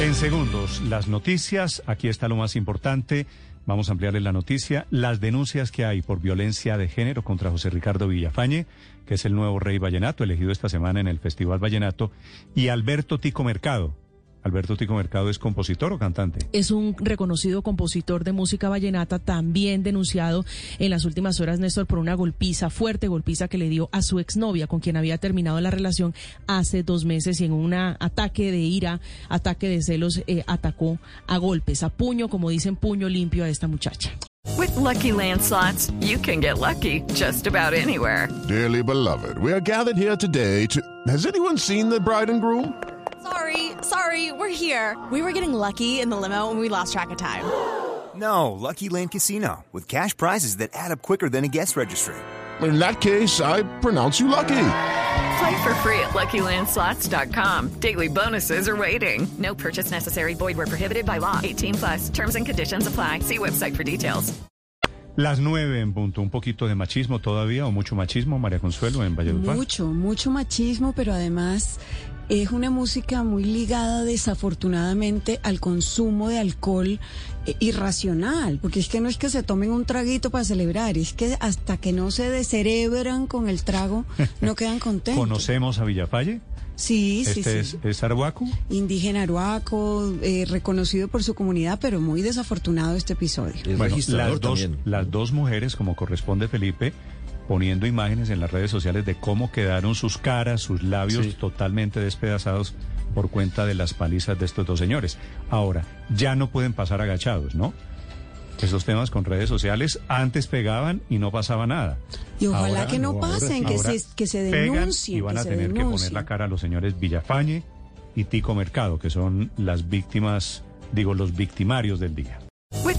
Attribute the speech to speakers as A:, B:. A: En segundos, las noticias. Aquí está lo más importante. Vamos a ampliarle la noticia. Las denuncias que hay por violencia de género contra José Ricardo Villafañe, que es el nuevo rey vallenato, elegido esta semana en el Festival Vallenato, y Alberto Tico Mercado. Alberto Tico Mercado es compositor o cantante.
B: Es un reconocido compositor de música vallenata, también denunciado en las últimas horas, Néstor, por una golpiza, fuerte golpiza que le dio a su exnovia, con quien había terminado la relación hace dos meses, y en un ataque de ira, ataque de celos, eh, atacó a golpes, a puño, como dicen, puño limpio a esta muchacha.
C: With lucky landslots, you can get lucky just about anywhere.
D: Dearly beloved, we are gathered here today to. Has anyone seen the bride and groom?
E: Sorry, sorry, we're here. We were getting lucky in the limo and we lost track of time.
F: No, Lucky Land Casino, with cash prizes that add up quicker than a guest registry.
D: In that case, I pronounce you lucky.
C: Play for free at LuckyLandSlots.com. Daily bonuses are waiting. No purchase necessary. Void where prohibited by law. 18 plus. Terms and conditions apply. See website for details.
A: Las nueve en punto. Un poquito de machismo todavía o mucho machismo, María Consuelo, en Valledupar.
G: Mucho, mucho machismo, pero además es una música muy ligada desafortunadamente al consumo de alcohol eh, irracional, porque es que no es que se tomen un traguito para celebrar, es que hasta que no se descerebran con el trago no quedan contentos.
A: ¿Conocemos a Villafalle?
G: Sí,
A: este
G: sí, sí.
A: Es, es Arhuaco?
G: Indígena Arhuaco, eh, reconocido por su comunidad, pero muy desafortunado este episodio.
A: Bueno, las dos, las dos mujeres, como corresponde Felipe, poniendo imágenes en las redes sociales de cómo quedaron sus caras, sus labios
H: Sí.
A: totalmente despedazados por cuenta de las palizas de estos dos señores. Ahora, ya no pueden pasar agachados, ¿no? Esos temas con redes sociales antes pegaban y no pasaba nada.
G: Y ojalá que no pasen, que
A: ahora
G: se- que se
A: pegan
G: denuncien,
A: Y van
G: que
A: a
G: se
A: tener que poner
G: denuncien.
A: la cara a los señores Villafañe y Tico Mercado, que son las víctimas, digo, los victimarios del día.
C: With